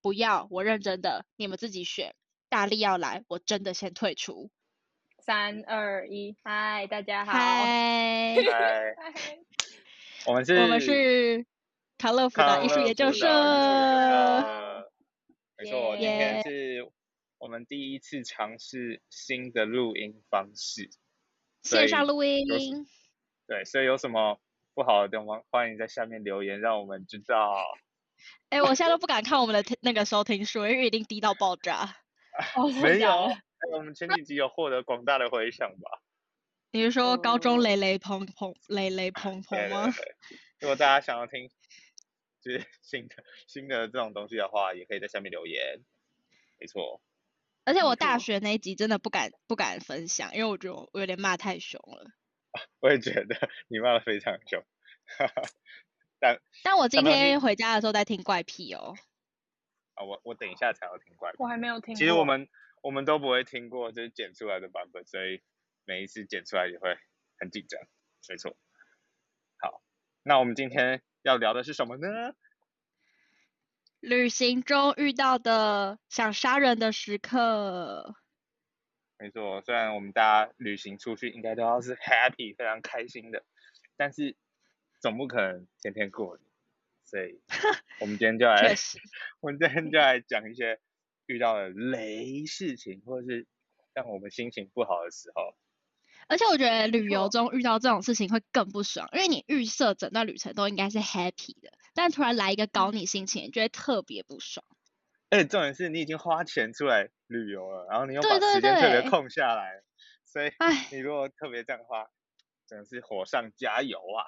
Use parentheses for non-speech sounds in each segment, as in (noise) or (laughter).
不要，我认真的，你们自己选。大力要来，我真的先退出。三二一，嗨，大家好。嗨，嗨，嗨 (laughs) 我们是我们是康乐辅康导乐艺术研究辅社导。研究社没错，今耶天是我们第一次尝试新的录音方式，线上录有什音，对，所以有什么不好的，欢欢迎在下面留言，让我们知道。哎、我现在都不敢看我们的听那个收听数，因为一定低到爆炸。 (laughs) 哦没有，哎我们前几集有获得广大的回响吧？你是说高哦中雷雷砰砰雷雷砰嗯对砰对吗？对。如果大家想要听就是 (laughs) 新的新的这种东西的话，也可以在下面留言。没错，而且没我大嗯错学那一集真的不敢不敢分享，因为我觉得我我有点骂太凶了。我也觉得你骂的非常凶，但但我今没关系天回家的时候在听怪癖哦。啊，我我等一下才要听怪癖。我还没有听过。其实我们我们都不会听过，就是剪出来的版本，所以每一次剪出来也会很紧张，没错。好，那我们今天要聊的是什么呢？旅行中遇到的想杀人的时刻，没错，虽然我们大家旅行出去应该都要是 happy 非常开心的，但是总不可能天天过年，所以我们今天就来确，实，我们今天就来讲一些遇到的雷事情，或是让我们心情不好的时候。而且我觉得旅游错中遇到这种事情会更不爽，因为你预设整段旅程都应该是 happy 的，但突然来一个搞你心情，你就会特别不爽。而且重点是你已经花钱出来旅游了，然后你又对把对时间特别对空下来，所以唉，你如果特别这样花，真的是火上加油啊！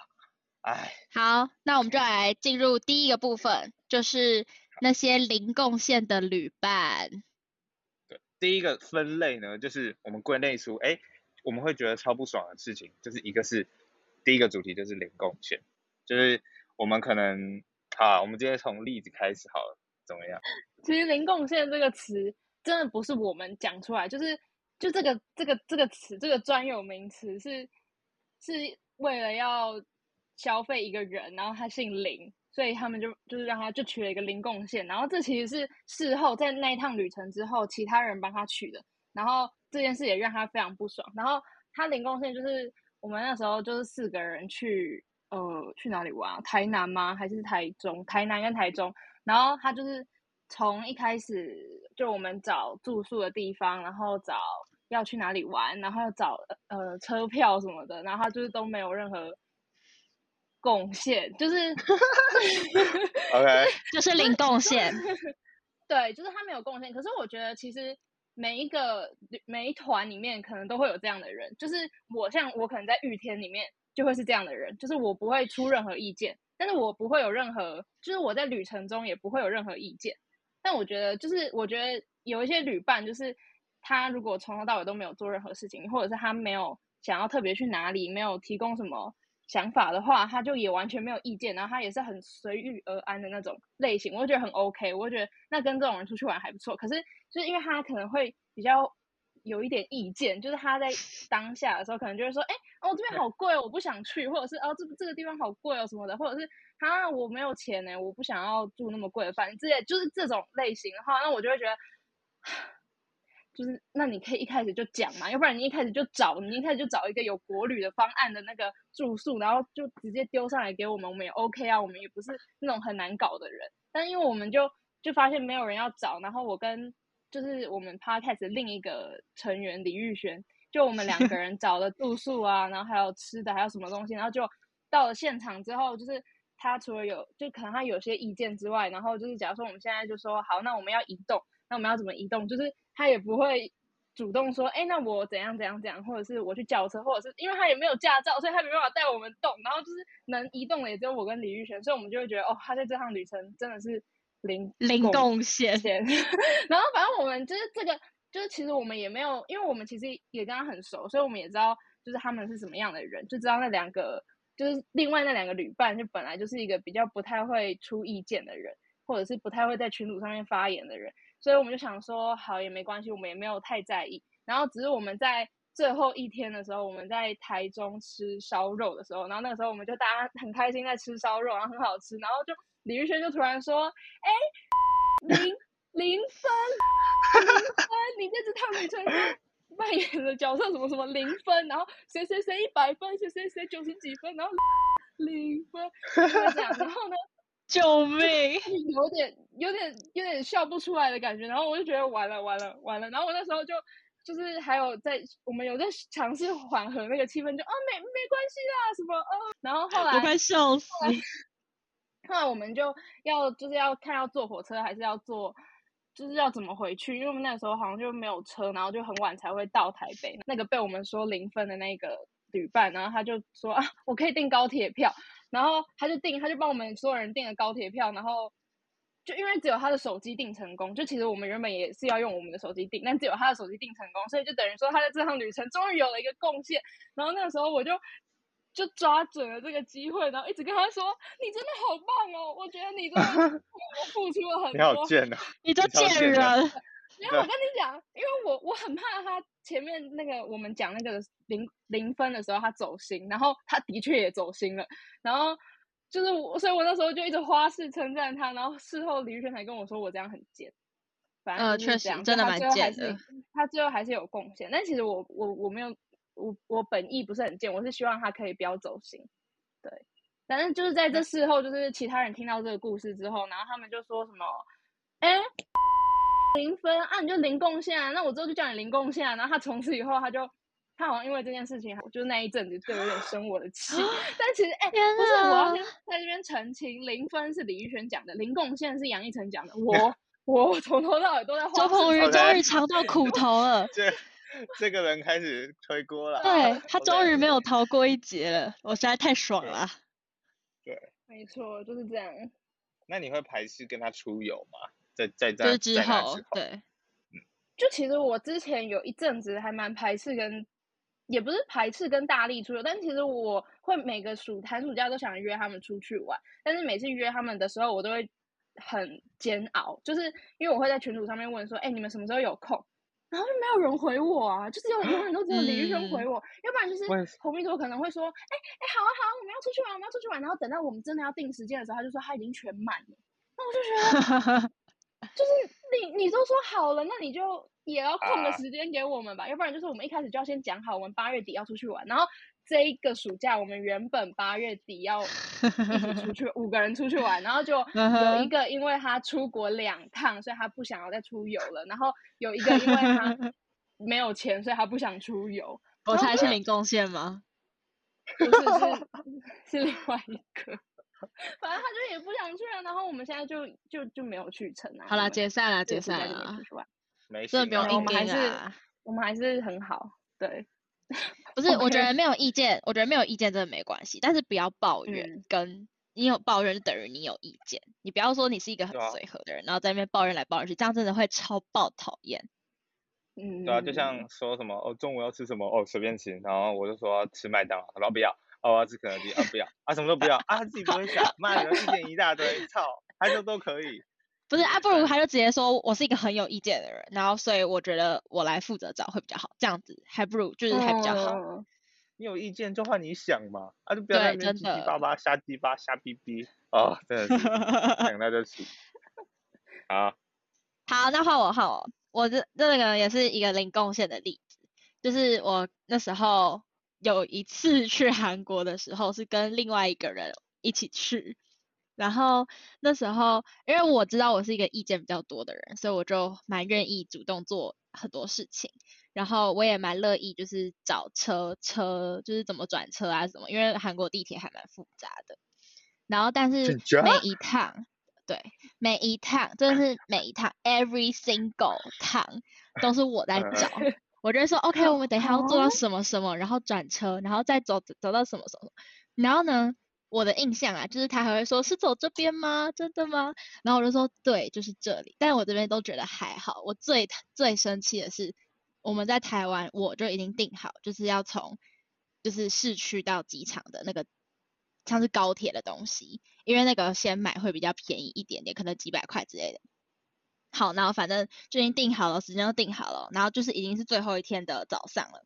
哎，好，那我们就来进入第一个部分，就是那些零贡献的旅伴。第一个分类呢，就是我们归类出，哎，我们会觉得超不爽的事情，就是一个是第一个主题就是零贡献，就是我们可能啊，我们直接从例子开始好了，怎么样？其实“零贡献”这个词真的不是我们讲出来，就是就这个这个这个词这个专有名词是是为了要消费一个人，然后他姓林，所以他们就就是让他就取了一个“零贡献”，然后这其实是事后在那一趟旅程之后，其他人帮他取的，然后这件事也让他非常不爽，然后他零贡献就是我们那时候就是四个人去。呃，去哪里玩啊？台南吗？还是台中？台南跟台中，然后他就是从一开始就我们找住宿的地方，然后找要去哪里玩，然后要找呃车票什么的，然后他就是都没有任何贡献，就是 (laughs) OK，就是零贡 (laughs) 献，对，就是他没有贡献。可是我觉得其实每一个旅每一团里面可能都会有这样的人，就是我像我可能在玉天里面就会是这样的人，就是我不会出任何意见，但是我不会有任何，就是我在旅程中也不会有任何意见。但我觉得就是我觉得有一些旅伴就是他如果从头到尾都没有做任何事情，或者是他没有想要特别去哪里，没有提供什么想法的话，他就也完全没有意见，然后他也是很随遇而安的那种类型，我就觉得很 OK，我就觉得那跟这种人出去玩还不错。可是就是因为他可能会比较有一点意见，就是他在当下的时候可能就会说，哎、哦这边好贵哦，我不想去，或者是哦这这个地方好贵哦什么的，或者是啊我没有钱呢，我不想要住那么贵的饭店之类，就是这种类型的话，那我就会觉得。就是那你可以一开始就讲嘛，要不然你一开始就找，你一开始就找一个有国旅的方案的那个住宿，然后就直接丢上来给我们，我们也 OK 啊，我们也不是那种很难搞的人。但因为我们就就发现没有人要找，然后我跟就是我们 Podcast 的另一个成员李玉璇，就我们两个人找了住宿啊，然后还有吃的，还有什么东西，然后就到了现场之后，就是他除了有就可能他有些意见之外，然后就是假如说我们现在就说好，那我们要移动，那我们要怎么移动？就是他也不会主动说，哎，那我怎样怎样怎样，或者是我去叫车，或者是因为他也没有驾照，所以他没办法带我们动。然后就是能移动的也只有我跟李玉璇，所以我们就会觉得，哦，他在这趟旅程真的是零零贡献，钱。 (laughs) 然后反正我们就是这个，就是其实我们也没有，因为我们其实也跟他很熟，所以我们也知道就是他们是什么样的人，就知道那两个就是另外那两个旅伴，就本来就是一个比较不太会出意见的人，或者是不太会在群组上面发言的人，所以我们就想说，好也没关系，我们也没有太在意。然后只是我们在最后一天的时候，我们在台中吃烧肉的时候，然后那个时候我们就大家很开心在吃烧肉，然后很好吃，然后就李玉轩就突然说：“哎、林林峰，林峰，你这次汤米春哥扮演的角色什么什么零分，然后谁谁谁一百分，谁谁谁九十几分，然后零分，就会这样。然后呢，救命！就是有点有点有点笑不出来的感觉，然后我就觉得完了完了完了，然后我那时候就就是还有在我们有在尝试缓和那个气氛，就啊没没关系啦什么哦，然后后我来快笑死！后来我们就要就是要看要坐火车还是要坐，就是要怎么回去，因为我们那时候好像就没有车，然后就很晚才会到台北。那个被我们说零分的那个旅伴，然后他就说啊，我可以订高铁票，然后他就订，他就帮我们所有人订了高铁票，然后。就因为只有他的手机订成功，就其实我们原本也是要用我们的手机订，但只有他的手机订成功，所以就等于说他在这趟旅程终于有了一个贡献。然后那个时候我就就抓准了这个机会，然后一直跟他说：“你真的好棒哦，我觉得你真的为 (laughs) 我付出了很 (laughs) 你好多。”贱啊！你这超贱贱的人！然后我跟你讲，因为我我很怕他前面那个我们讲那个零零分的时候他走心，然后他的确也走心了，然后就是我，所以我那时候就一直花式称赞他，然后事后李宇轩才跟我说我这样很贱。反正呃就确是实这样真的蛮贱。所以他最后还的是他最后还是有贡献，但其实我我我没有我我本意不是很贱，我是希望他可以不要走心。对，但是就是嗯在这事后，就是其他人听到这个故事之后，然后他们就说什么，哎、零分啊，你就零贡献啊，那我之后就叫你零贡献啊。然后他从此以后，他就他好像因为这件事情，就是那一阵子对我有点生我的气。但其实哎、啊天啊不是，我要哪先在这边澄清，零分是李玉轩讲的，零贡献是杨一晨 (laughs) 讲的。我我从头到尾都在花周鹏式宇称好的终于尝到苦头了。这这个人开始推锅了。 (laughs) 啊对他 OK 终于没有逃过一劫了，我实在太爽了啊。没错，就是这样。那你会排斥跟他出游吗？在在就在是之在那后之，后，对，就其实我之前有一阵子还蛮排斥跟，也不是排斥跟大力出游，但其实我会每个暑寒暑假都想约他们出去玩，但是每次约他们的时候，我都会很煎熬，就是因为我会在群组上面问说，哎、你们什么时候有空？然后就没有人回我啊，就是有永远都只有李玉轩回嗯我，要不然就是我也是红一朵可能会说，哎、哎、好啊好啊，我们要出去玩，我们要出去玩，然后等到我们真的要定时间的时候，他就说他已经全满了，那我就觉得。就是你你都说好了，那你就也要空个啊时间给我们吧，要不然就是我们一开始就要先讲好，我们八月底要出去玩，然后这一个暑假我们原本八月底要一起 (laughs) 出去五个人出去玩，然后就嗯有一哼个因为他出国两趟，所以他不想要再出游了，然后有一个因为他 (laughs) 没有钱，所以他不想出游， (laughs) 我猜是对零贡献吗？(laughs) 不是是是 (laughs) 另外一个，反正他就也不想去了，然后我们现在就就就没有去成啊。好我啦，们解散啦，解这个暑假散就没啦出，去玩。没真的事不用啊我硬们还盯是啦。我们还是很好，对，不是，我觉 OK 得没有意见，我觉得没有意见真的没关系，但是不要抱怨，嗯跟你有抱怨就等于你有意见，你不要说你是一个很对啊随和的人，然后在那边抱怨来抱怨去，这样真的会超爆讨厌。嗯，对啊，就像说什么哦，中午要吃什么哦，随便吃。然后我就说吃麦当劳，他说不要，哦，我要吃肯德基，啊不要，啊什么都不要，啊自己不会想，妈你们意见一大堆，操，还说都可以，不是啊，不如他就直接说我是一个很有意见的人，然后所以我觉得我来负责找会比较好，这样子还不如就是还比较好。嗯。你有意见就换你想嘛，啊就不要在对那边真叽叽的巴巴、瞎叽巴、瞎逼逼，哦，真的是想到就气。好，好，那换我换我，我这这个也是一个零贡献的例子，就是我那时候有一次去韩国的时候，是跟另外一个人一起去，然后那时候因为我知道我是一个意见比较多的人，所以我就蛮愿意主动做很多事情，然后我也蛮乐意就是找车车就是怎么转车啊什么，因为韩国地铁还蛮复杂的，然后但是紧张每一趟。对，每一趟真的是每一趟，every single 趟都是我在找我就会说 OK，我们等一下要做好到什么什么，然后转车，然后再走走到什么什么。然后呢，我的印象啊，就是他还会说是走这边吗？真的吗？然后我就说对，就是这里。但我这边都觉得还好。我最最生气的是，我们在台湾我就已经定好，就是要从就是市区到机场的那个像是高铁的东西，因为那个先买会比较便宜一点点，可能几百块之类的。好，然后反正就已经定好了，时间都定好了，然后就是已经是最后一天的早上了。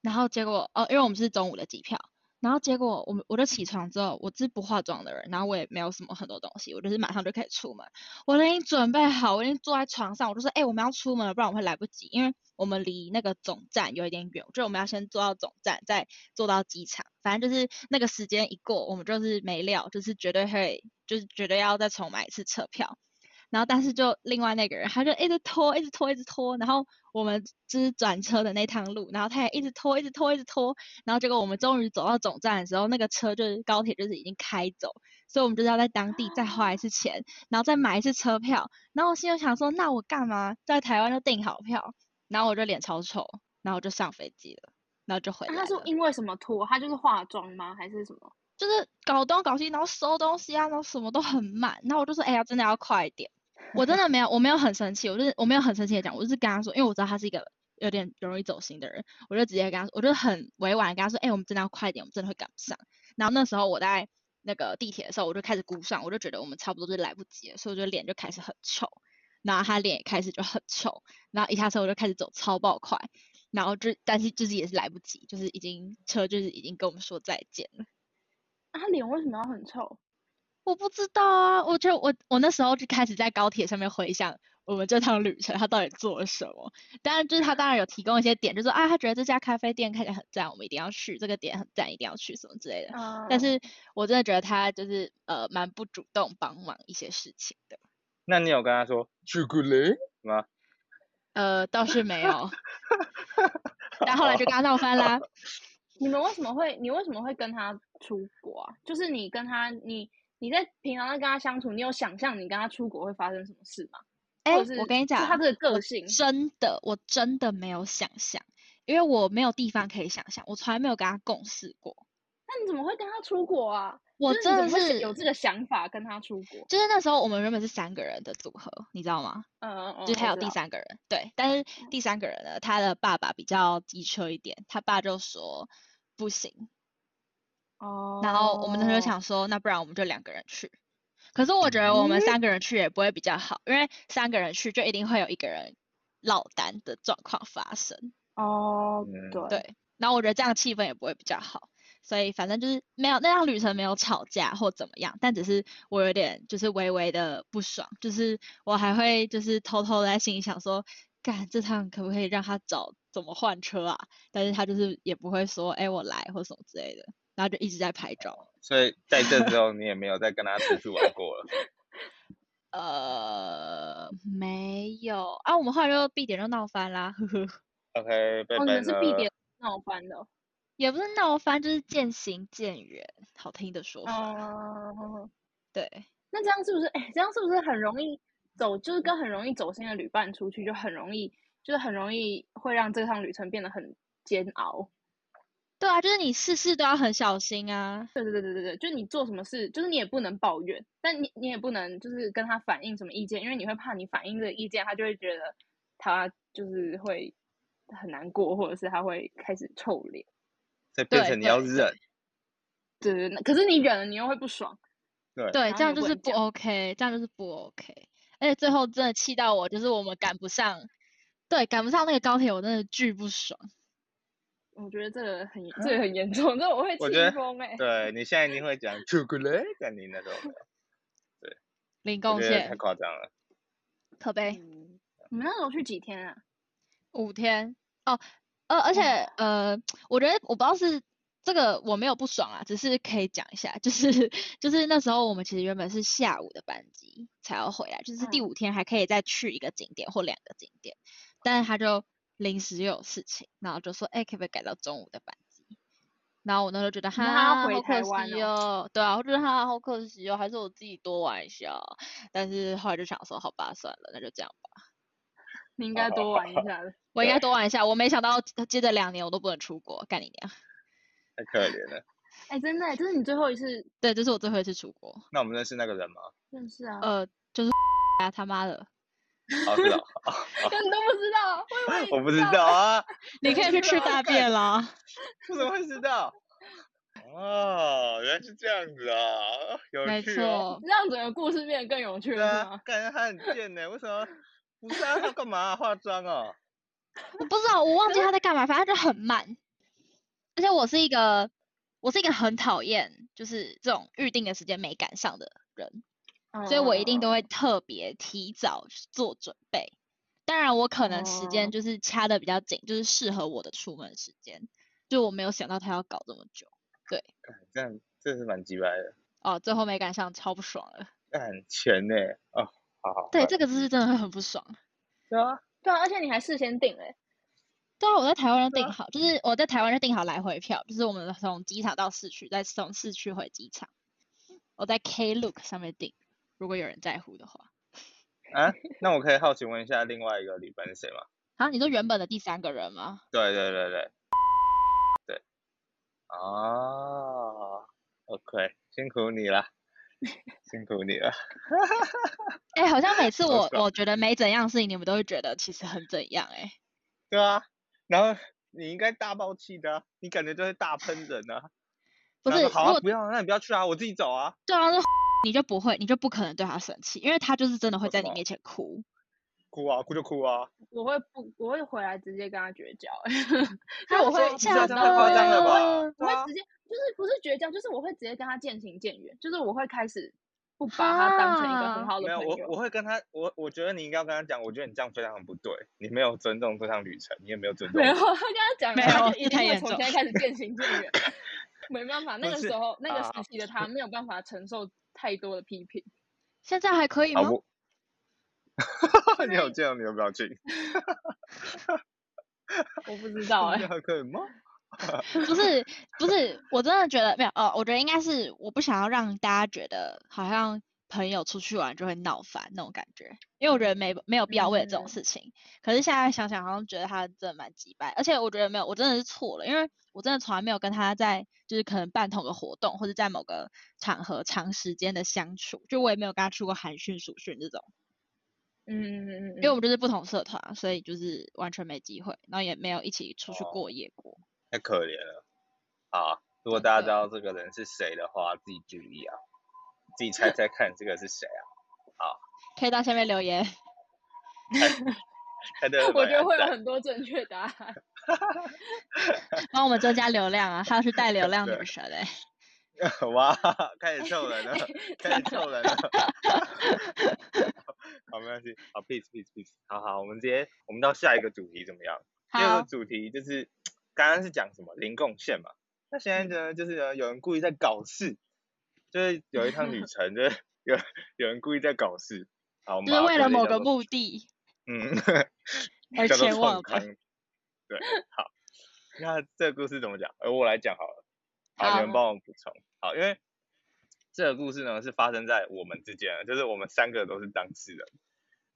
然后结果哦，因为我们是中午的机票，然后结果我们我就起床之后，我是不化妆的人，然后我也没有什么很多东西，我就是马上就可以出门。我都已经准备好，我已经坐在床上，我就说，哎、我们要出门了，不然我会来不及，因为我们离那个总站有一点远，就是我们要先坐到总站，再坐到机场。反正就是那个时间一过，我们就是没料，就是绝对会，就是绝对要再重买一次车票。然后但是就另外那个人，他就一直拖，一直拖，一直拖。然后我们就是转车的那趟路，然后他也一直拖，一直拖，一直拖。然后结果我们终于走到总站的时候，那个车就是高铁就是已经开走，所以我们就是要在当地再花一次钱，然后再买一次车票。然后我心里想说，那我干嘛在台湾就订好票？然后我就脸超丑，然后我就上飞机了，然后就回来那了。啊他是因为什么拖？他就是化妆吗？还是什么？就是搞东搞西，然后收东西啊，然后什么都很慢。然后我就说，哎呀，真的要快一点。我真的没有，我没有很生气，我就是我没有很生气的讲，我就是跟他说，因为我知道他是一个有点容易走心的人，我就直接跟他说，我就很委婉的跟他说，哎、我们真的要快一点，我们真的会赶不上。然后那时候我在那个地铁的时候，我就开始估算，我就觉得我们差不多就是来不及了，所以我就脸就开始很臭，然后他脸也开始就很臭，然后一下车我就开始走超爆快，然后就但是就是也是来不及，就是已经车就是已经跟我们说再见了。啊他脸为什么要很臭？我不知道啊，我觉得我我那时候就开始在高铁上面回想我们这趟旅程，他到底做了什么。当然，就是他当然有提供一些点，就是说啊，他觉得这家咖啡店看起来很赞，我们一定要去，这个点很赞，一定要去什么之类的。啊但是我真的觉得他就是呃蛮不主动帮忙一些事情的，那你有跟他说去古林吗？呃倒是没 (laughs) 有，但后来就跟他闹翻啦。你们为什么会？你为什么会跟他出国啊？就是你跟他，你你在平常在跟他相处，你有想象你跟他出国会发生什么事吗？哎、或者我是跟你就讲，他这个个我性真的，我真的没有想象，因为我没有地方可以想象，我从来没有跟他共事过。那你怎么会跟他出国啊？我就是真你的怎么会是有这个想法跟他出国？就是那时候我们原本是三个人的组合，你知道吗？嗯嗯嗯，就是还我有知第道，嗯三个人，对。但是第三个人呢，他的爸爸比较机车一点，他爸就说不行。哦然后我们那时候想说，那不然我们就两个人去。可是我觉得我们嗯三个人去也不会比较好，因为三个人去就一定会有一个人落单的状况发生，哦嗯，对对。然后我觉得这样气氛也不会比较好。所以反正就是没有那趟旅程没有吵架或怎么样，但只是我有点就是微微的不爽，就是我还会就是偷偷地在心里想说，干这趟可不可以让他找怎么换车啊？但是他就是也不会说，哎、我来或什么之类的，然后就一直在拍照。所以在这之后，你也没有再跟他出去玩过了。呃，没有啊，我们后来就必点就闹翻啦， (laughs) 呵呵， OK，拜哦，你拜们是必呢点那种班的哦。也不是闹翻，就是渐行渐远，好听的说法， (laughs) 哦，对。那这样是不是？哎，这样是不是很容易走？就是跟很容易走心的旅伴出去，就很容易，就是很容易会让这趟旅程变得很煎熬。对啊，就是你事事都要很小心啊。对对对对对对，就是你做什么事，就是你也不能抱怨，但你你也不能就是跟他反映什么意见，因为你会怕你反映这个意见，他就会觉得他就是会很难过，或者是他会开始臭脸。所以变对成你要对对忍，对对，对可是你忍了，你又会不爽。对，对，然后这你样又就不是能不讲 OK，这样就是不 OK。而且最后真的气到我，就是我们赶不上，对，赶不上那个高铁，我真的巨不爽。我觉得这个很这个很严重，这我会我气觉得疯哎。对你现在一定会讲 chocolate，但你 (laughs) 那种零我贡觉得太献，夸张了。可悲。嗯，你们那时候去几天啊？五天哦，呃，而且嗯呃，我觉得我不知道是这个我没有不爽啊，只是可以讲一下，就是 (laughs) 就是那时候我们其实原本是下午的班机才要回来，就是第嗯五天还可以再去一个景点或两个景点，但是他就临时又有事情，然后就说，哎、可不可以改到中午的班机？然后我那时候觉得，说他要哈，回好台可湾惜哦，对啊，我觉得哈，好可惜哦，还是我自己多玩一下。啊但是后来就想说，好吧，算了，那就这样吧。你应该多玩哦一下的。我应该对多玩一下。我没想到接着两年我都不能出国，干你娘！太可 (laughs) 怜了。哎，真的欸，这是你最后一次对，这是我最后一次出国。那我们认识那个人吗？认识啊？ (laughs) 呃，就是啊他妈的，哦，是 (laughs) 哦，根本都不知道，我以为我你不知道啊，你可以去吃大便啦。我怎么会知道？哦，原来是这样子啊，(laughs) 有没趣哦。错， (laughs) 这样整个故事变得更有趣对了，是啊吗？，感觉他很贱呢，为什么？不是啊，他干嘛啊化妆哦？我不知道，我忘记他在干嘛，反正他就很慢。而且我是一个我是一个很讨厌就是这种预定的时间没赶上的人，所以我哦一定都会特别提早做准备。当然，我可能时间哦就是掐的比较紧，就是适合我的出门时间。就我没有想到他要搞这么久，这样真的是蛮鸡掰的，哦，最后没赶上，超不爽了。嗯那很钱呢、哦，好好，对，好这个就是真的会很不爽。对啊，对啊，而且你还事先定欸嘞、对啊，我在台湾就对啊订好，就是我在台湾就订好来回票，就是我们从机场到市区，再从市区回机场。我在 Klook 上面订，如果有人在乎的话。啊，那我可以好奇问一下另外一个旅伴是谁吗？啊，你说原本的第三个人吗？对对对对，对，啊，OK，辛苦 (laughs) 你了，辛苦你了，哎、好像每次好我爽我觉得没怎样的事情，你们都会觉得其实很怎样哎、对啊，然后你应该大爆气的啊、你感觉就是大喷人啊，不然是，如后说好啊，果不要啊，那你不要去啊，我自己走啊，对啊，那你就不 (laughs) 会，你就不可能对他生气，因为他就是真的会为在什你么面前哭。哭啊，哭就哭啊，我会不，我会回来直接跟他绝交、啊 (laughs) 就我会这直这样接样太真跟他夸张了的吧？我对啊会直接就是不是绝交，就是我会直接跟他渐行渐远，就是我会开始不把他当成一个哈很好的啊没朋有，我友。我会跟他，我我觉得你应该要跟他讲，我觉得你这样非常不对，你没有尊重这趟旅程，你也没有尊重没有，我。他跟他讲了，没他有就这一定太会严从重现在开始渐行渐远。 (laughs) 没办法，那不个是时候那个啊时期的他没有办法承受太多的批评。现在还可以啊吗？我， (laughs) 你有在见到你的表情，我不知 (laughs) 道哎、这样可以吗？不是不是，我真的觉得没有哦，我觉得应该是我不想要让大家觉得好像朋友出去玩就会闹翻那种感觉，因为我觉得没没有必要为了这种嗯事情。可是现在想想，好像觉得他真的蛮鸡掰，而且我觉得没有，我真的是错了，因为我真的从来没有跟他在就是可能办同个活动或者在某个场合长时间的相处，就我也没有跟他去过寒训、暑训这种，嗯嗯嗯因为我嗯，们就是不同社团啊，所以就是完全没机会，然后也没有一起出去哦过夜过。太可怜了。好，如果真的大家知道这个人是谁的话，自己注意啊，自己 (laughs) 猜猜看这个是谁啊？可以到下面留言。猜对了吧，我觉得会有按赞很多正确答 (laughs) 案。帮我们增加流量啊，她要是带流量对女神哎、 (laughs) 哇，开始 (laughs) 臭人了，开始臭人了。好，没关系，好，peace peace peace，好好，我们直接我们到下一个主题怎么样？第二好个，主题就是刚刚是讲什么零贡献嘛，那现在嗯呢，就是呢有人故意在搞事，就是有一趟旅程，就是有 (laughs) 有人故意在搞事，好，我们就是把它为归了类某叫个做目的嗯， (laughs) 而叫做前往创的。伤。对，好，那这个故事怎么讲？呃由我来讲好了。好你们帮我补充。好，因为这个故事呢是发生在我们之间的，就是我们三个都是当事人。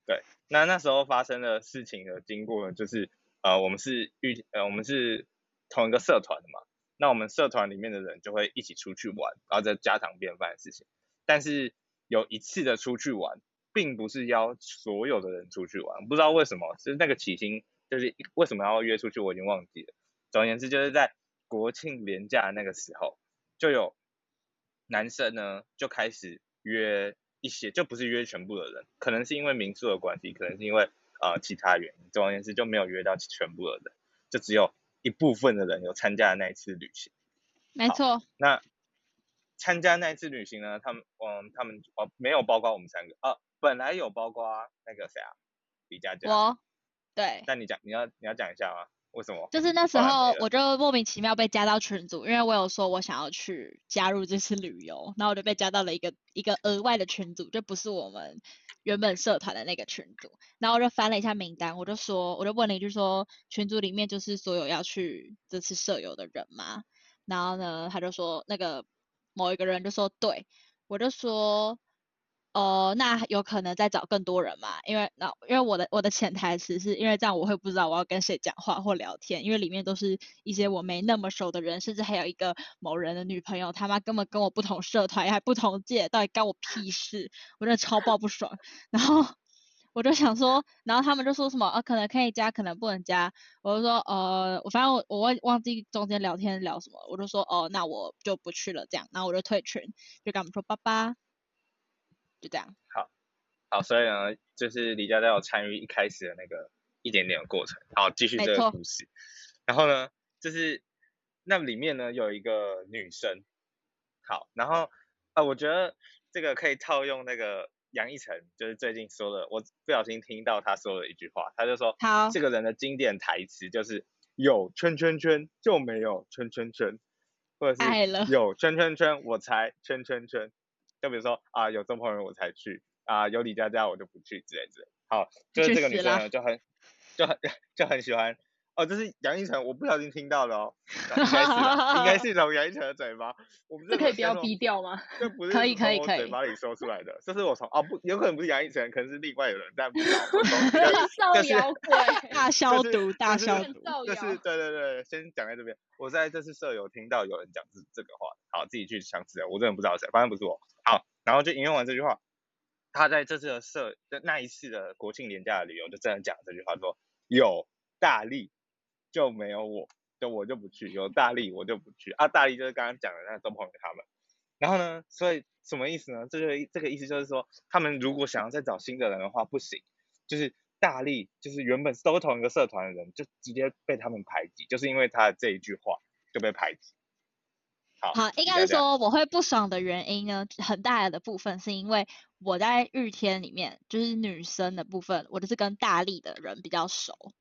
对，那那时候发生的事情的经过呢，就是呃，我们是遇呃，我们是同一个社团的嘛，那我们社团里面的人就会一起出去玩，然后在家常便饭的事情。但是有一次的出去玩，并不是邀所有的人出去玩，不知道为什么，就是那个起心，就是为什么要约出去，我已经忘记了。总而言之，就是在国庆连假那个时候，就有男生呢就开始约一些，就不是约全部的人，可能是因为民宿的关系，可能是因为呃其他原因，总而言之就没有约到全部的人，就只有一部分的人有参加那一次旅行。没好错，那参加那一次旅行呢，他们嗯，他们哦没有包括我们三个，啊，本来有包括那个谁啊，李佳佳。我对，那你讲，你要你要讲一下吗？为什么？就是那时包含候别人我就莫名其妙被加到群组，因为我有说我想要去加入这次旅游，然后我就被加到了一个一个额外的群组，就不是我们原本社团的那个群组。然后我就翻了一下名单，我就说，我就问了一句说，群组里面就是所有要去这次社游的人吗？然后呢，他就说那个某一个人就说对，我就说。哦、那有可能再找更多人嘛？因为那因为我的我的潜台词是因为这样我会不知道我要跟谁讲话或聊天，因为里面都是一些我没那么熟的人，甚至还有一个某人的女朋友，他妈根本跟我不同社团，还不同届，到底干我屁事？我真的超爆不爽。然后我就想说，然后他们就说什么啊，可能可以加，可能不能加。我就说，呃，我反正我我忘忘记中间聊天聊什么，我就说，哦，那我就不去了，这样。然后我就退群，就跟他们说拜拜，就这样。好，所以呢，就是李佳佳有参与一开始的那个一点点的过程。好，继续没这个错故事。然后呢，就是那里面呢有一个女生，好，然后呃，我觉得这个可以套用那个杨一晨，就是最近说的，我不小心听到他说了一句话，他就说，好这个人的经典台词就是有圈圈圈就没有圈圈圈，或者爱是了有圈圈圈我才圈圈圈，就比如说啊有郑鹏仁我才去啊有李佳佳我就不去之类之类，好，就是去这个女死生啦呢就很就很就很喜欢。哦，这是杨一晨，我不小心听到的哦，应该是吧应该是从杨一晨的嘴巴，我不知这道可以我不要先逼从掉 (laughs) 吗？这不是可以可从以我可嘴以巴里说出来的，这是我从啊不，有可能不是杨一晨，可能是另外有人，但不知道。我从这 (laughs) 这是造这是 (laughs) 谣鬼，大消是毒，大这是消很毒。造这谣。是对对对，先讲在这边。我在这次舍友听到有人讲这这个话，好，自己去想资料，我真的不知道谁，反正不是我。好，然后就引用完这句话，他在这次的舍的那一次的国庆连假的旅游，就真的讲了这句话说，有大力就没有我，就我就不去，有大力我就不去啊。大力就是刚刚讲的那周鹏宇他们。然后呢，所以什么意思呢？这个这个意思就是说，他们如果想要再找新的人的话，不行。就是大力，就是原本都同一个社团的人，就直接被他们排挤，就是因为他的这一句话就被排挤。好，好，应你该再是讲说我会不爽的原因呢，很大的部分是因为我在日天里面，就是女生的部分，我就是跟大力的人比较熟，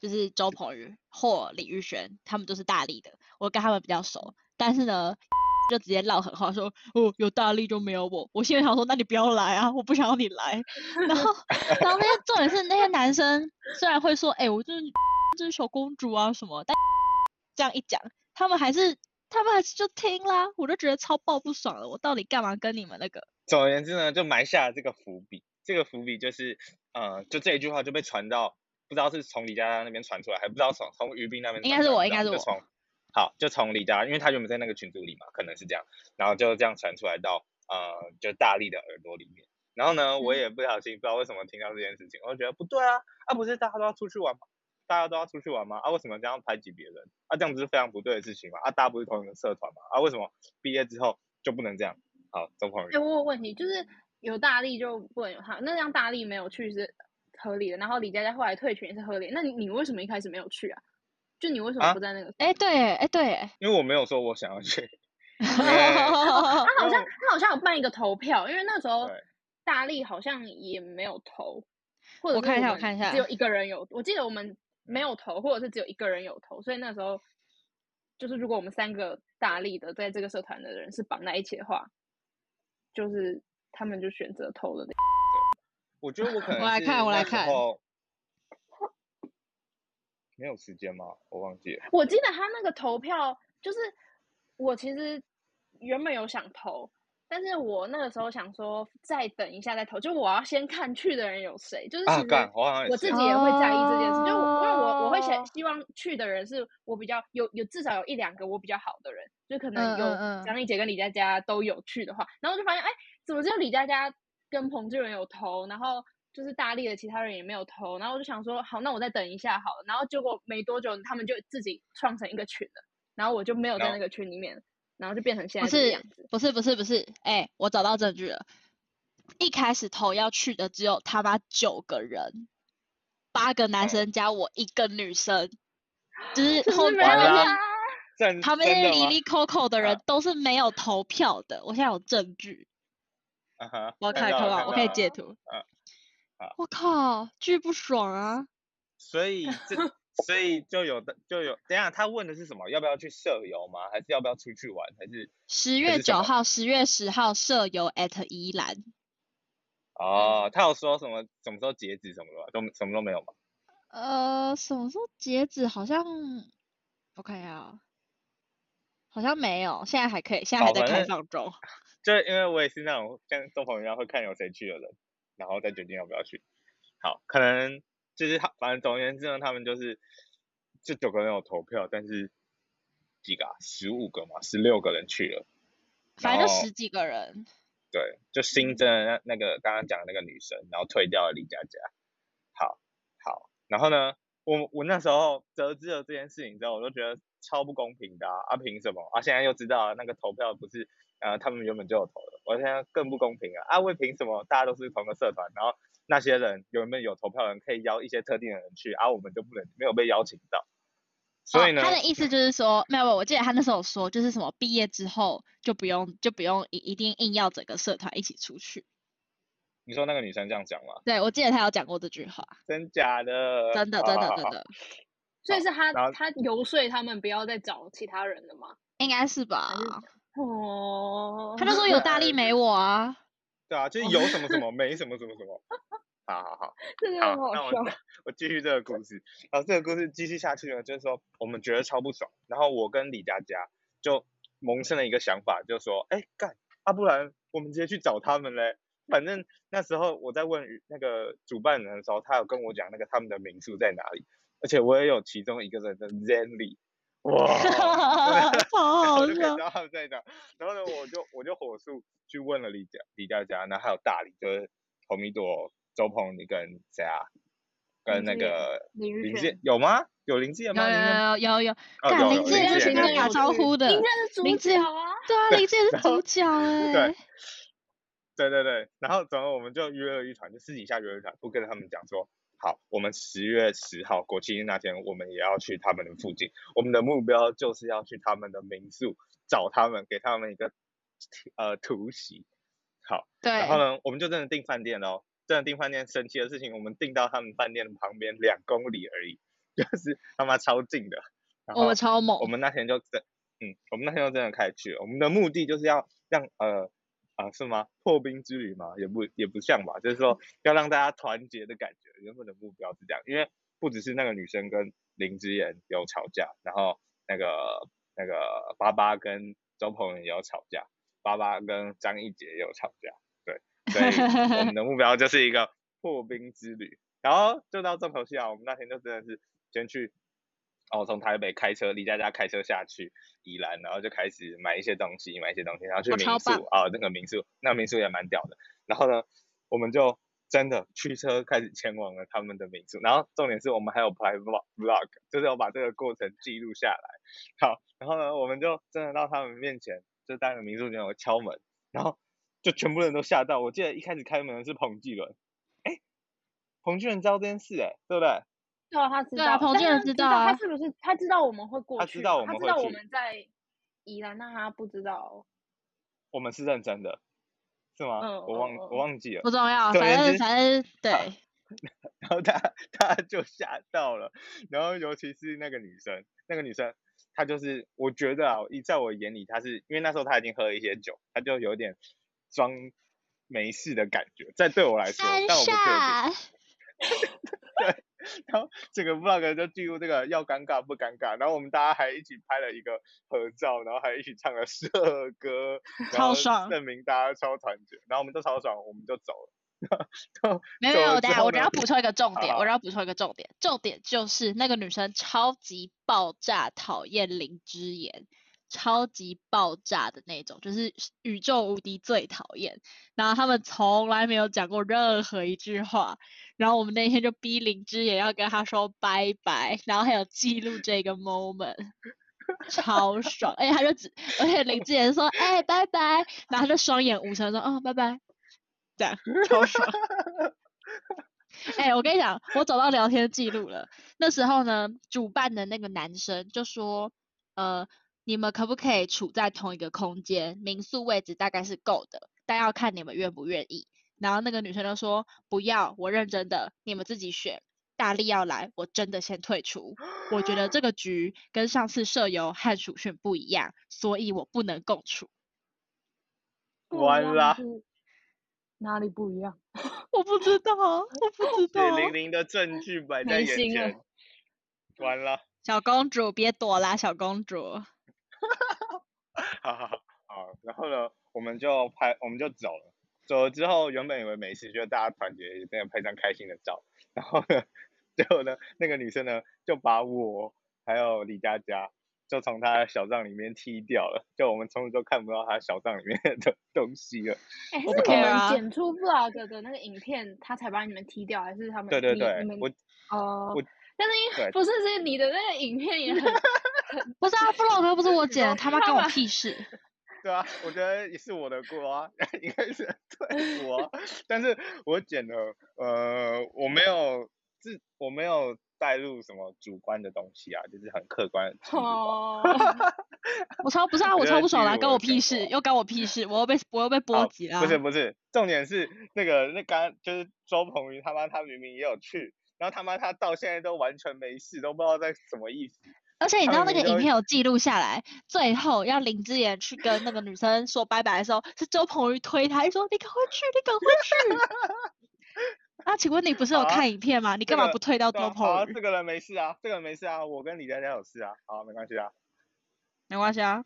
就是周鹏宇或李玉璇，他们都是大力的，我跟他们比较熟。但是呢，就直接唠狠话说，哦，有大力就没有我。我心里想说，那你不要来啊，我不想要你来。然后，然后那些重点是那些男生虽然会说，哎、我就是 (laughs) 就是小公主啊什么，但 (laughs) 这样一讲，他们还是他们还是就听啦，我就觉得超爆不爽了。我到底干嘛跟你们那个？总而言之呢，就埋下了这个伏笔。这个伏笔就是，呃，就这一句话就被传到，不知道是从李佳佳那边传出来，还不知道从从于斌那边传出应来。该是我你知道应该是就我从好，就从李佳，因为他原本在那个群组里嘛，可能是这样，然后就这样传出来到，呃，就大力的耳朵里面。然后呢，我嗯也不小心不知道为什么听到这件事情，我就觉得不对啊，啊不是大家都要出去玩吗？大家都要出去玩吗？啊为什么这样排挤别人？啊这样不是非常不对的事情吗？啊大家不是同一个社团吗？啊为什么毕业之后就不能这样？好，周鹏宇哎、。我有问题，就是有大力就不能有他，那让大力没有去是合理的，然后李佳佳后来退群也是合理的，那你你为什么一开始没有去啊？就你为什么啊不在那个？哎、对，哎、对，因为我没有说我想 (laughs) 要去，对他好像嗯哦他好像有办一个投票，因为那时候对大力好像也没有投，或者我是看一下我们看一下嗯只有一个人有，我记得我们没有投，或者是只有一个人有投，所以那时候就是如果我们三个大力的在这个社团的人是绑在一起的话，就是他们就选择投了那个。我觉得我可能我来是看我那来时看候没有时间吗？我忘记了。我记得他那个投票就是我其实原本有想投。但是我那个时候想说，再等一下再投，就我要先看去的人有谁，就是其啊，实干，我好像也我是自己也会在意这件事，就我因为我我会哦想希望去的人是我比较有有至少有一两个我比较好的人，就可能有嗯嗯嗯蒋丽姐跟李佳佳都有去的话，然后我就发现哎，怎么只有李佳佳跟彭志远有投，然后就是大力的其他人也没有投，然后我就想说好，那我再等一下好了，然后结果没多久他们就自己创成一个群了，然后我就没有在然后那个群里面，然后就变成 (laughs) 现不在这个是样子。不是不是不是，哎、我找到证据了。一开始投要去的只有他妈九个人，八个男哦生加我一个女生，就是可是后没面完那了些真旁边真那的些吗里里扣扣的人啊都是没有投票的。我现在有证据，啊哈我要看到看了到，我可以到截了图啊啊。我靠，巨不爽啊！所以这所以就有的就有，等一下他问的是什么？要不要去社游吗？还是要不要出去玩？还是十还月是什九么号、十月十号舍友 at 宜兰，嗯哦，他有说什么什么时候截止什么的吗？都什么都没有吗？呃，什么时候截止？好像我看一下啊，好像没有，现在还可以，现在还好在反开正放中。 (laughs) 就是因为我也是那种像周鹏一样会看有谁去的人，然后再决定要不要去。好，可能就是他，反正总而言之呢，他们就是这九个人有投票，但是几个啊？十五个嘛，十六个人去了。反正就然后十几个人，对，就嗯新增的那那个刚刚讲的那个女生，然后退掉了李佳佳。好，好，然后呢，我我那时候得知了这件事情之后，我就觉得超不公平的啊！啊凭什么？啊，现在又知道了那个投票不是呃他们原本就有投的，我现在更不公平啊！啊，为凭什么大家都是同个社团，然后那些人原本有投票的人可以邀一些特定的人去，啊，我们就不能没有被邀请到？所以呢，哦他的意思就是说，没有，我记得他那时候有说，就是什么毕业之后就不用就不用一一定硬要整个社团一起出去。你说那个女生这样讲吗？对，我记得他有讲过这句话，真假的？真的好真好的好真好的，所以是他然后他游说他们不要再找其他人了吗？应该是吧？哦，他就说有大力没我啊，对啊，就是有什么什么，没什么什么什么。好好好，真的好很好那我笑。我继续这个故事。然后这个故事继续下去呢，就是说我们觉得超不爽，然后我跟李佳佳就萌生了一个想法，就说，哎干，啊不然我们直接去找他们嘞。反正那时候我在问与那个主办人的时候，他有跟我讲那个他们的民宿在哪里，而且我也有其中一个人的 Zenly，哇， (laughs) 好我好就可以笑哦 (laughs) 知。道他们在哪。然后呢，我就我就火速去问了李佳李佳佳，然后还有大理，就是红米朵、周鹏，你跟谁啊？跟林那志颖个李宇林轩志，有吗？有林志颖吗？林志颖有有有有有，哦干有林有志林颖志是颖跟跟他林打志招呼的林正是主林志角啊，对啊，林志颖是然后主角哎，对对对，然后总之我们就约了一团，就私底下约了一团，不跟他们讲说，好，我们十月十号国庆日那天，我们也要去他们的附近，我们的目标就是要去他们的民宿找他们，给他们一个呃突袭。好，对然，后呢，我们就真的订饭店喽。真的订饭店，神奇的事情，我们订到他们饭店的旁边两公里而已， (laughs) 就是他妈超近的。然我后们哦超猛我，们那天就真，嗯，我们那天就真的开始去了。我们的目的就是要让呃啊、是吗？破冰之旅嘛，也不也不像吧，就是说要让大家团结的感觉。原本的目标是这样，因为不只是那个女生跟林之妍有吵架，然后那个那个巴巴跟周鹏也有吵架，巴巴跟张一杰也有吵架，对，所以我们的目标就是一个破冰之旅。然后就到重头戏啊，我们那天就真的是先去，哦，从台北开车，离家家开车下去宜兰，然后就开始买一些东西，买一些东西，然后去哦民超宿棒啊、那个民宿，那民宿也蛮屌的。然后呢，我们就真的驱车开始前往了他们的民宿，然后重点是我们还有拍 vlog vlog，就是要把这个过程记录下来。好，然后呢，我们就真的到他们面前，就当个民宿间我敲门，然后就全部人都吓到。我记得一开始开门的是彭继伦，哎，彭继伦知道这件事哎、对不对？对啊，他知对道，啊彭但俊仁他知知道啊他是不是他知道我们会过他去知吗？道我们他会知道我去们在宜兰，那他不知道。我们是认真的，是吗？嗯我忘嗯我嗯忘记了 (laughs) 不。重要，总而反言正之反正对，然后他他就吓到了，然后尤其是那个女生，那个女生她就是我觉得啊，一在我眼里她是因为那时候她已经喝了一些酒，她就有点装没事的感觉，在对我来说，但我不确定。善，然后整个 vlog 就进入这个要尴尬不尴尬，然后我们大家还一起拍了一个合照，然后还一起唱了社歌，然超后爽证明大家超团结，然后我们都超爽，我们就走了。没有没走有，了等之下后我等呢下补充一个重点，好我等下补充一个重点，重点就是那个女生超级爆炸讨厌林之妍，超级爆炸的那种，就是宇宙无敌最讨厌。然后他们从来没有讲过任何一句话，然后我们那天就逼林之妍要跟她说拜拜，然后还有记录这 (laughs) 个 moment。超爽，而且他就只，而且林志妍说，哎、拜拜，然后他就双眼无神说，哦，拜拜，这样超爽。哎、我跟你讲，我找到聊天记录了。那时候呢，主办的那个男生就说，呃，你们可不可以处在同一个空间？民宿位置大概是够的，但要看你们愿不愿意。然后那个女生就说，不要，我认真的，你们自己选。大力要来，我真的先退出。我觉得这个局跟上次舍友和蜀训不一样，所以我不能共处。不一完样啦是 (laughs) 哪里不一样？我不知道，我不知血 (laughs) 道。淋淋的证据摆在哦没眼心了前，完了，小公主别躲啦，小公主。好好好好，然后呢，我们就拍，我们就走了。走了之后，原本以为没事，就大家团结，也真的拍张开心的照。然后呢， (laughs) 最后呢，那个女生呢，就把我还有李佳佳，就从她的小账里面踢掉了，就我们从此都看不到她小账里面的东西了。哎、是我我不 care 们啊剪出 vlog 的那个影片，他才把你们踢掉，还是他们对对你对你，们我哦、我但是因对为不是是你的那个影片也很不是啊，不然我又不是我剪的，他妈他关我把屁事。对啊，我觉得也是我的锅啊， (laughs) 应该是对我啊，但是我剪了，呃，我没有自我没有带入什么主观的东西啊，就是很客观的 (laughs) 亲子观。 (laughs) (laughs) 哦，我超不是啊，我我觉超得不爽基啦，于关我我屁的生事，活又关我屁事，我又被我又被波好及啦。不是不是，重点是那个那刚就是周鹏宇他妈，他明明也有去，然后他妈他到现在都完全没事，都不知道在什么意思。而且你知他道那个明明影就片有记录下来，最后要林志妍去跟那个女生说拜拜的时候，是周鹏宇推她，就说你赶快去，你赶快去。 (laughs) 那请问你不是有好啊看影片吗？你这干嘛个不推到对哦周啊，好啊，鹏宇？这个人没事啊，这个人没事啊，我跟李佳佳有事啊，好，没关系啊，没关系啊，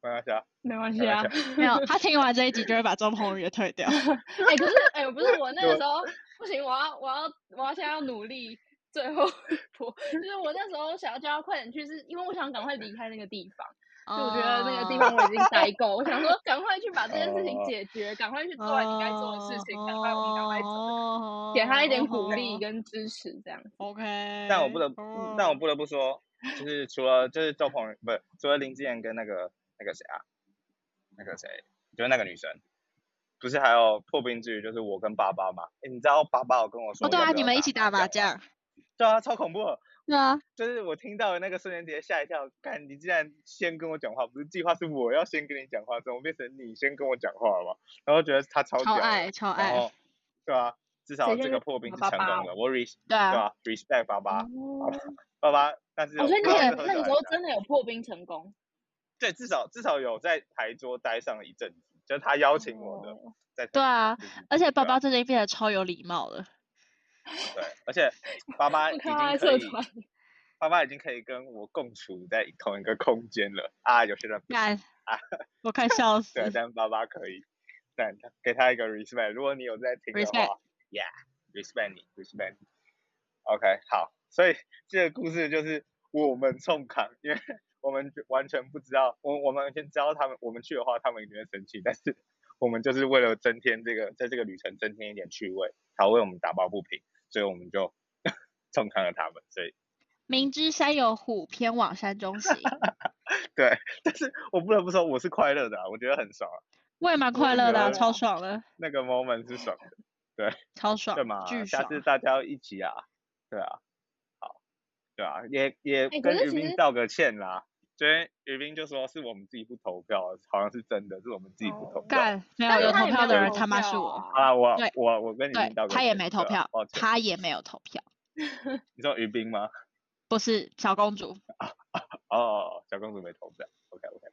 没关系啊。没关系没啊关。没有，他听完这一集就会把周鹏宇也退 (laughs) 掉。 (laughs) 哎、可是哎、不是我那个对时候不行，我要我要我要现在要努力最后一波，就是我那时候想要叫他快点去，是因为我想赶快离开那个地方，就我觉得那个地方我已经哦待够，我想说赶快去把这件事情解决，赶快去哦做完你该做的哦事情，赶快我们赶快走，走给他一点鼓哦励。跟支持，这样。 OK，哦但我不哎得，但我不得不说，就是除了就是周鹏宇，不是除了林志妍跟那个那个谁啊，那个谁，就是那个女生，不是还有破冰之旅，就是我跟爸爸嘛？哎，你知道爸爸有跟我说哦对要啊，不你要们一起打麻麻，将，对啊，超恐怖的，对啊，就是我听到的那个瞬间直接吓一跳，看你竟然先跟我讲话，不是计划是我要先跟你讲话，怎么变成你先跟我讲话了嘛？然后觉得他超哦超屌的爱超然爱，后对啊，至少谁先这个去破冰是爸成爸功的，我 re 对对啊，啊 respect 爸爸，哦，爸爸，但是哦我所以不那知个道 (laughs) 是喝那酒个时还候是真的有破冰成功。对，至少至少有在牌桌待上一阵子，就是他邀请我的，哦在对台啊上就是而且对爸啊爸最近变得超有礼貌 (laughs) 了。对，而且爸爸已我经看他在可社以，团，爸爸已经可以跟我共处在同一个空间了啊，有些人不干啊，我快 (laughs) 笑死对，啊但爸爸可以，但他给他一个 respect，如果你有在听的 Respect 话，yeah，respect 你，respect 你，OK，好，所以这个故事就是我们冲扛，因为我们就完全不知道，我我们先知道他们，我们去的话，他们一定会生气，但是我们就是为了增添这个，在这个旅程增添一点趣味，好为我们打抱不平，所以我们就冲扛了他们，所以明知山有虎，偏往山中 (laughs) 行。对，但是我不得不说，我是快乐的、啊，我觉得很爽、啊，我也蛮我快也乐的啊、觉得超爽的，那个 moment 是爽的。超爽对嘛，，啊巨下爽。次大家要一起啊，对啊，好，对啊，也也哎可跟是于其斌实道个歉啦。昨天于斌就说是我们自己不投票，好像是真的，是我们自己不投哦票。干，没有但是有他投也票没的有人投他妈是票我，好啊啦，我对我我跟于对斌道个歉，他也没投对啊票抱，歉。他也没有投票，你说于斌吗？不是小公主。哦，小公主没投票。OK OK，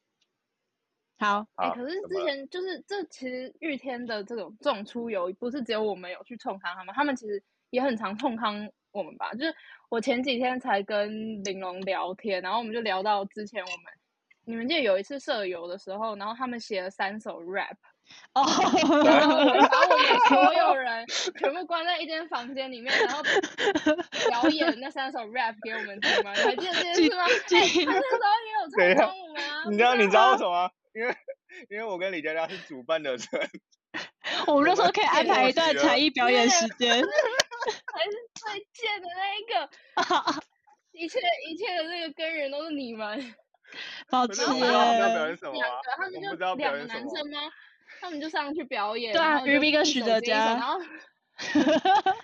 (laughs) 好，哎、好。可是怎之啊么了前就是这其实玉天的这种这种出游，不是只有我们有去冲康他们，他们其实也很常冲康我们吧。就是我前几天才跟玲珑聊天，然后我们就聊到之前我们你们记得有一次舍友的时候，然后他们写了三首 (laughs) rap，哦， (laughs) 然后我们把我们所有人全部关在一间房间里面，然后表演那三首 rap 给我们听吗？你还记得这件记事 (laughs) 吗？记哎他那时候等也 (laughs) 一有冲下康我们啊，你知道不你是知道吗为什么吗？因为因为我跟李佳佳是主办的人，我们就说可以安对排我一段觉才得艺表演对时间。 (laughs) 才是最贱的那一个。一切一切的那个根源都是你们，抱可歉是，我们知道我们要表演什么两啊个，他们我们就不知道两表个演什男么。生吗？他们就上去表演，对啊然后就于斌跟一许首哲接一首嘉然 (laughs) 后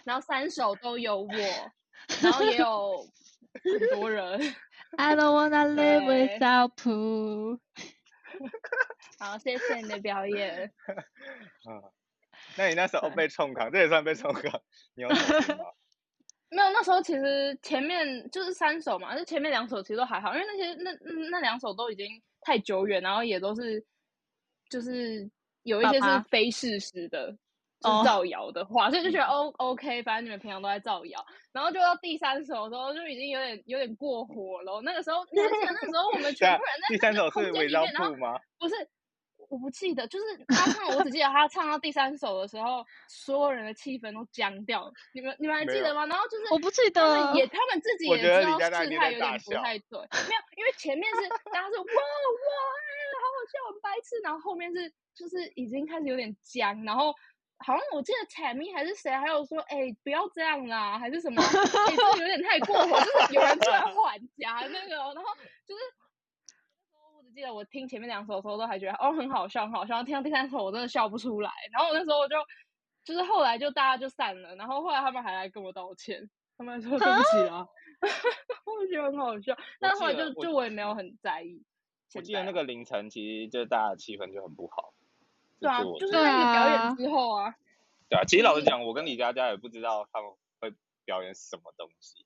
然后三首都有我，然后也有很多人， (laughs) I don't wanna live 对 without 哎 Pooh。好，谢谢你的表演，啊，那你那时候对被冲扛，这也算被冲扛，你有小心吗？没有，那时候其实前面就是三首嘛，就前面两首其实都还好，因为那些那那那两首都已经太久远，然后也都是就是有一些爸是爸非事实的，哦就是造谣的话，所以就觉嗯得 O OK，反正你们平常都在造谣，然后就到第三首的时候就已经有点有点过火了。那个时候，你还记得那时候 (laughs) 我们全部人在啊第 (laughs) 三那个首空是间伪里造面，然后布吗？不是，我不记得，就是他唱，我只记得他唱到第三首的时候，所有人的气氛都僵掉了。你们你们还没记得有吗？然后就是我不记他们得也他们自己我也觉得知李道佳佳一事定态在有大点不笑太对，没有，因为前面是大家是哇哇，哎好好笑，很白痴，然后后面是就是已经开始有点僵，然后。好像我记得彩咪还是谁，还有说，哎、不要这样啦，还是什么，哎、这有点太过火，就是有人出来缓颊那个哦，然后就是我只记得我听前面两首的时候都还觉得哦很好笑，很好笑，听到第三首我真的笑不出来。然后我那时候我就就是后来就大家就散了，然后后来他们还来跟我道歉，他们说对不起啊，我觉得很好笑，但后来记得就我就我也没有很在意。我现记得在那个凌晨，其实就大家气氛就很不好。对啊，这我就是嗯觉得对那个表啊演之后啊，对啊，其实老就实是讲，我跟李佳佳也不知道他们会表演什么东西。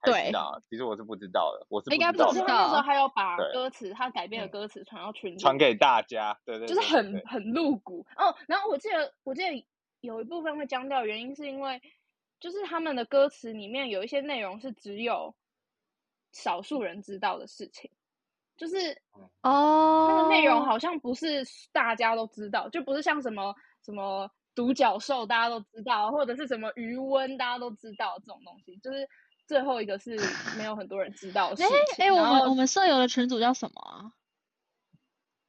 还对知道，其实我是不知道的，我是应该不知道就是知他的道那时候还有把对歌词，他改编的嗯歌词传到群里，传给大家，对对就是对很对很露骨哦。然后我记得我记得有一部分会僵掉，原因是因为就是他们的歌词里面有一些内容是只有少数人知道的事情，就是哦，那个内容好像不是大家都知道，就不是像什么什么独角兽大家都知道，或者是什么鱼温大家都知道这种东西，就是最后一个是没有很多人知道的事哎情。哎、然我们后我们舍友的群主叫什么啊？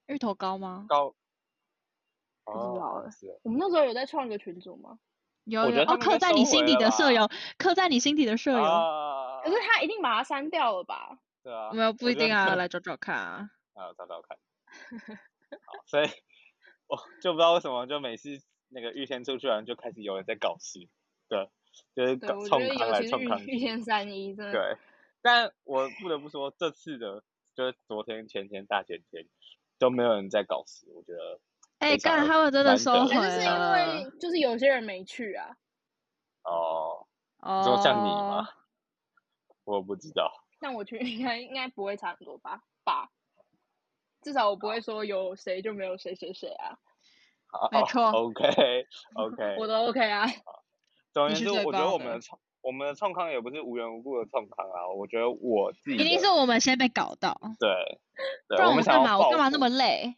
芋头糕吗？高。不知道哦欸是哦我们那时候有在创一个群组吗？有我有觉得他哦，们应该刻在你收心回底了的舍吧友，刻在你心底的舍友。啊可是他一定把它删掉了吧？对啊，没有不我一觉得定啊，这来找找看啊。啊，找找看。好，所以我就不知道为什么，就每次那个玉天出去玩，就开始有人在搞事，对，就是对，搞我觉冲得康尤来其是冲康遇遇去，见三一，嗯真的对。但我不得不说，这次的就是昨天、前天、大前天都没有人在搞事，我觉得哎、非常干，他们真的难收得回可能是因了。为就是有些人没去啊，哦，你哦，说像你吗？我不知道，但我去应该应该不会差很多吧？吧，至少我不会说有谁就没有谁谁谁啊，好没错 (laughs) ，OK OK，我都 OK 啊。总而你言是之，最我觉得棒我们的的创我们的创康也不是无缘无故的创康啊，我觉得我自己一定的是我们先被搞到，对不对，然我我们想要干嘛？我报干嘛复那么累？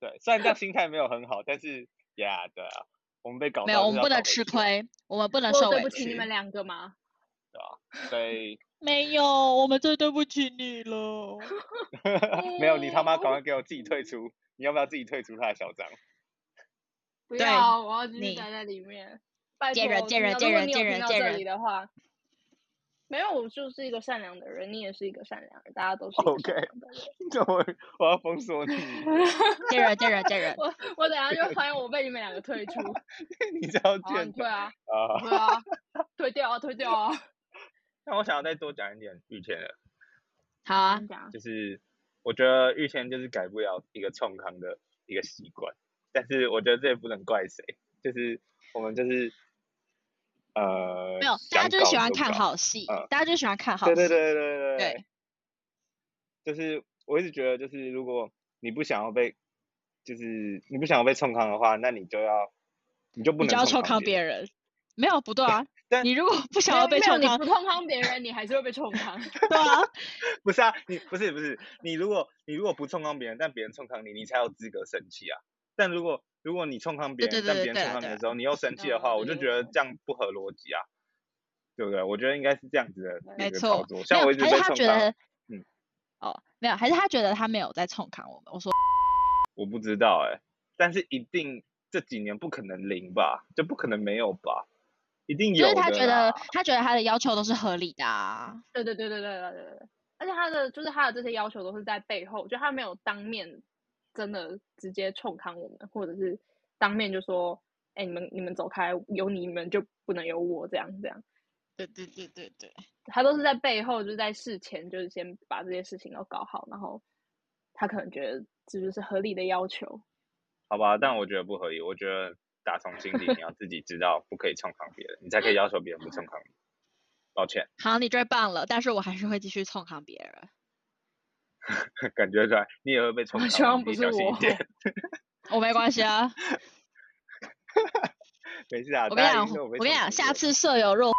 对？虽然这样心态没有很好，但是呀对啊，我们被搞没到有，我就是们不要搞能回吃去啊，亏，我们不能我受有对委不起你屈。们两个吗？所以没有，我们最对不起你了。 (laughs) 没有你他妈赶快给我自己退出，你要不要自己退出他的小张？不对要，我要继续你待在里面。拜贱托人我贱听人到贱如果人你有贱听人到贱这人里的话，没有，我就是一个善良的人，你也是一个善良人，大家都是一个 (laughs) OK 善良的人。那我我要封锁你，见人见人见人，我我等下就发现我被你们两个退出， (laughs) 你这样好啊，你贱退啊。啊！对啊，退掉啊，退掉啊！那我想要再多讲一点玉田的，好啊，讲，就是我觉得玉谦就是改不了一个冲康的一个习惯，但是我觉得这也不能怪谁，就是我们就是呃，没有，大家想就是喜搞欢就看搞，好戏嗯，大家就喜欢看好戏。对对对对对对，就是我一直觉得就是如果你不想要被，就是你不想要被冲康的话，那你就要你就不你就能要臭康康别人。没有不对啊，但你如果不想要被没臭有康你，不痛康别人，你还是会被冲康。对啊，不是啊，你不是不是，你如果你如果不冲康别人，但别人冲康你，你才有资格生气啊。但如果如果你冲康别对人，对但对别人对冲啦康对啊你的啦时候，你又生气的话，嗯我就对觉得这样不合逻辑啊，对不对？我觉得应该是这样子的没一个错。操作。没 (laughs) 像有，我一直还被是他冲觉康，得，嗯，哦，没有，还是他觉得他没有在冲康我们。我说我不知道哎、但是一定这几年不可能零吧，就不可能没有吧，一定就有是的啦。他觉得他觉得他的要求都是合理的啊。对对对对对对对对，而且他的就是他的这些要求都是在背后，就他没有当面真的直接冲康我们，或者是当面就说：“哎、你们你们走开，有你们就不能有我。”这样这样，对对对对对，他都是在背后，就是在事前就是先把这些事情都搞好，然后他可能觉得这就是合理的要求。 (laughs) 好吧，但我觉得不合理。我觉得打从心底，你要自己知道不可以冲康别人，你才可以要求别人不冲康你。抱歉。 (laughs) 好，你最棒了，但是我还是会继续冲康别 (laughs) 人。感觉出来，你也会被冲我康。希望你不自己是小心一我点 (laughs) 我没关系啊，没事啊。我跟你大讲，家一定都有我被跟你冲讲，康下过次舍友若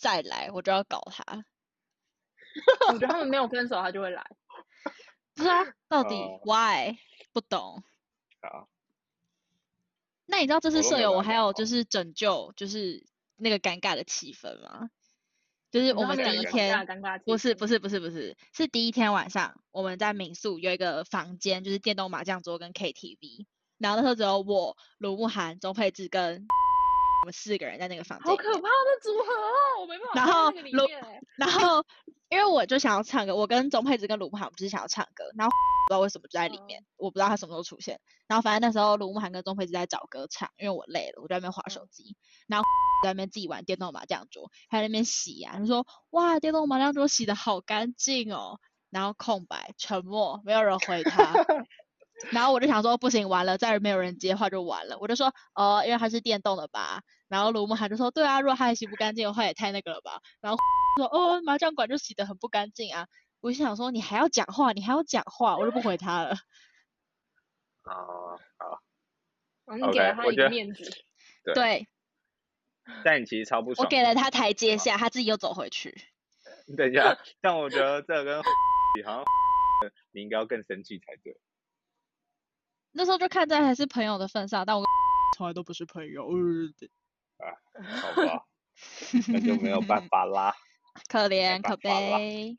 再来，我就要搞他。 (laughs) 我觉得他们没有分手，他就会来。不是啊，到底哦 why 不懂？好，那你知道这我次都舍没友有我来还讲哦有话就是拯救，就是那个尴尬的气氛吗？就是我你们知道他第两一个吵架天的尴尬气不是不氛是不是不是是第一天晚上我们在民宿有一个房间，就是电动麻将桌跟 (laughs) KTV，然后那时候只有我、卢慕涵、钟佩志跟们四个人在那个房间好里可面，怕的组合哦，我没办法然待在后那个里如面欸。然后因为我就想要唱歌，我跟钟佩子跟卢慕涵我们就是想要唱歌，然后 (laughs) 不知道为什么就在里面，我不知道他什么时候出现。然后反正那时候卢慕涵跟钟佩子在找歌唱，因为我累了，我在那边划手机，然后 (laughs) 在那边自己玩电动麻将桌，还在那边洗啊，他说哇电动麻将桌洗的好干净哦，然后空白沉默，没有人回他。然后我就想说，不行，完了，再也没有人接话就完了。我就说，哦，因为它是电动的吧。然后卢慕涵就说，对啊，如果它还洗不干净的话，也太那个了吧。然后说，哦，麻将馆就洗得很不干净啊。我就想说，你还要讲话，你还要讲话，我就不回他了。啊，好，然后你给了 OK，他我一觉个得面子，对对但你其实超不我爽。给了他台啊阶下，他自己又走回去。等一下，但我觉得这跟 (laughs) 比好像你应该要更生气才对。那时候就看在还是朋友的份上，但我跟从来都不是朋友，呃好吧，那就没有办法啦。可怜 (laughs) 办可法啦悲。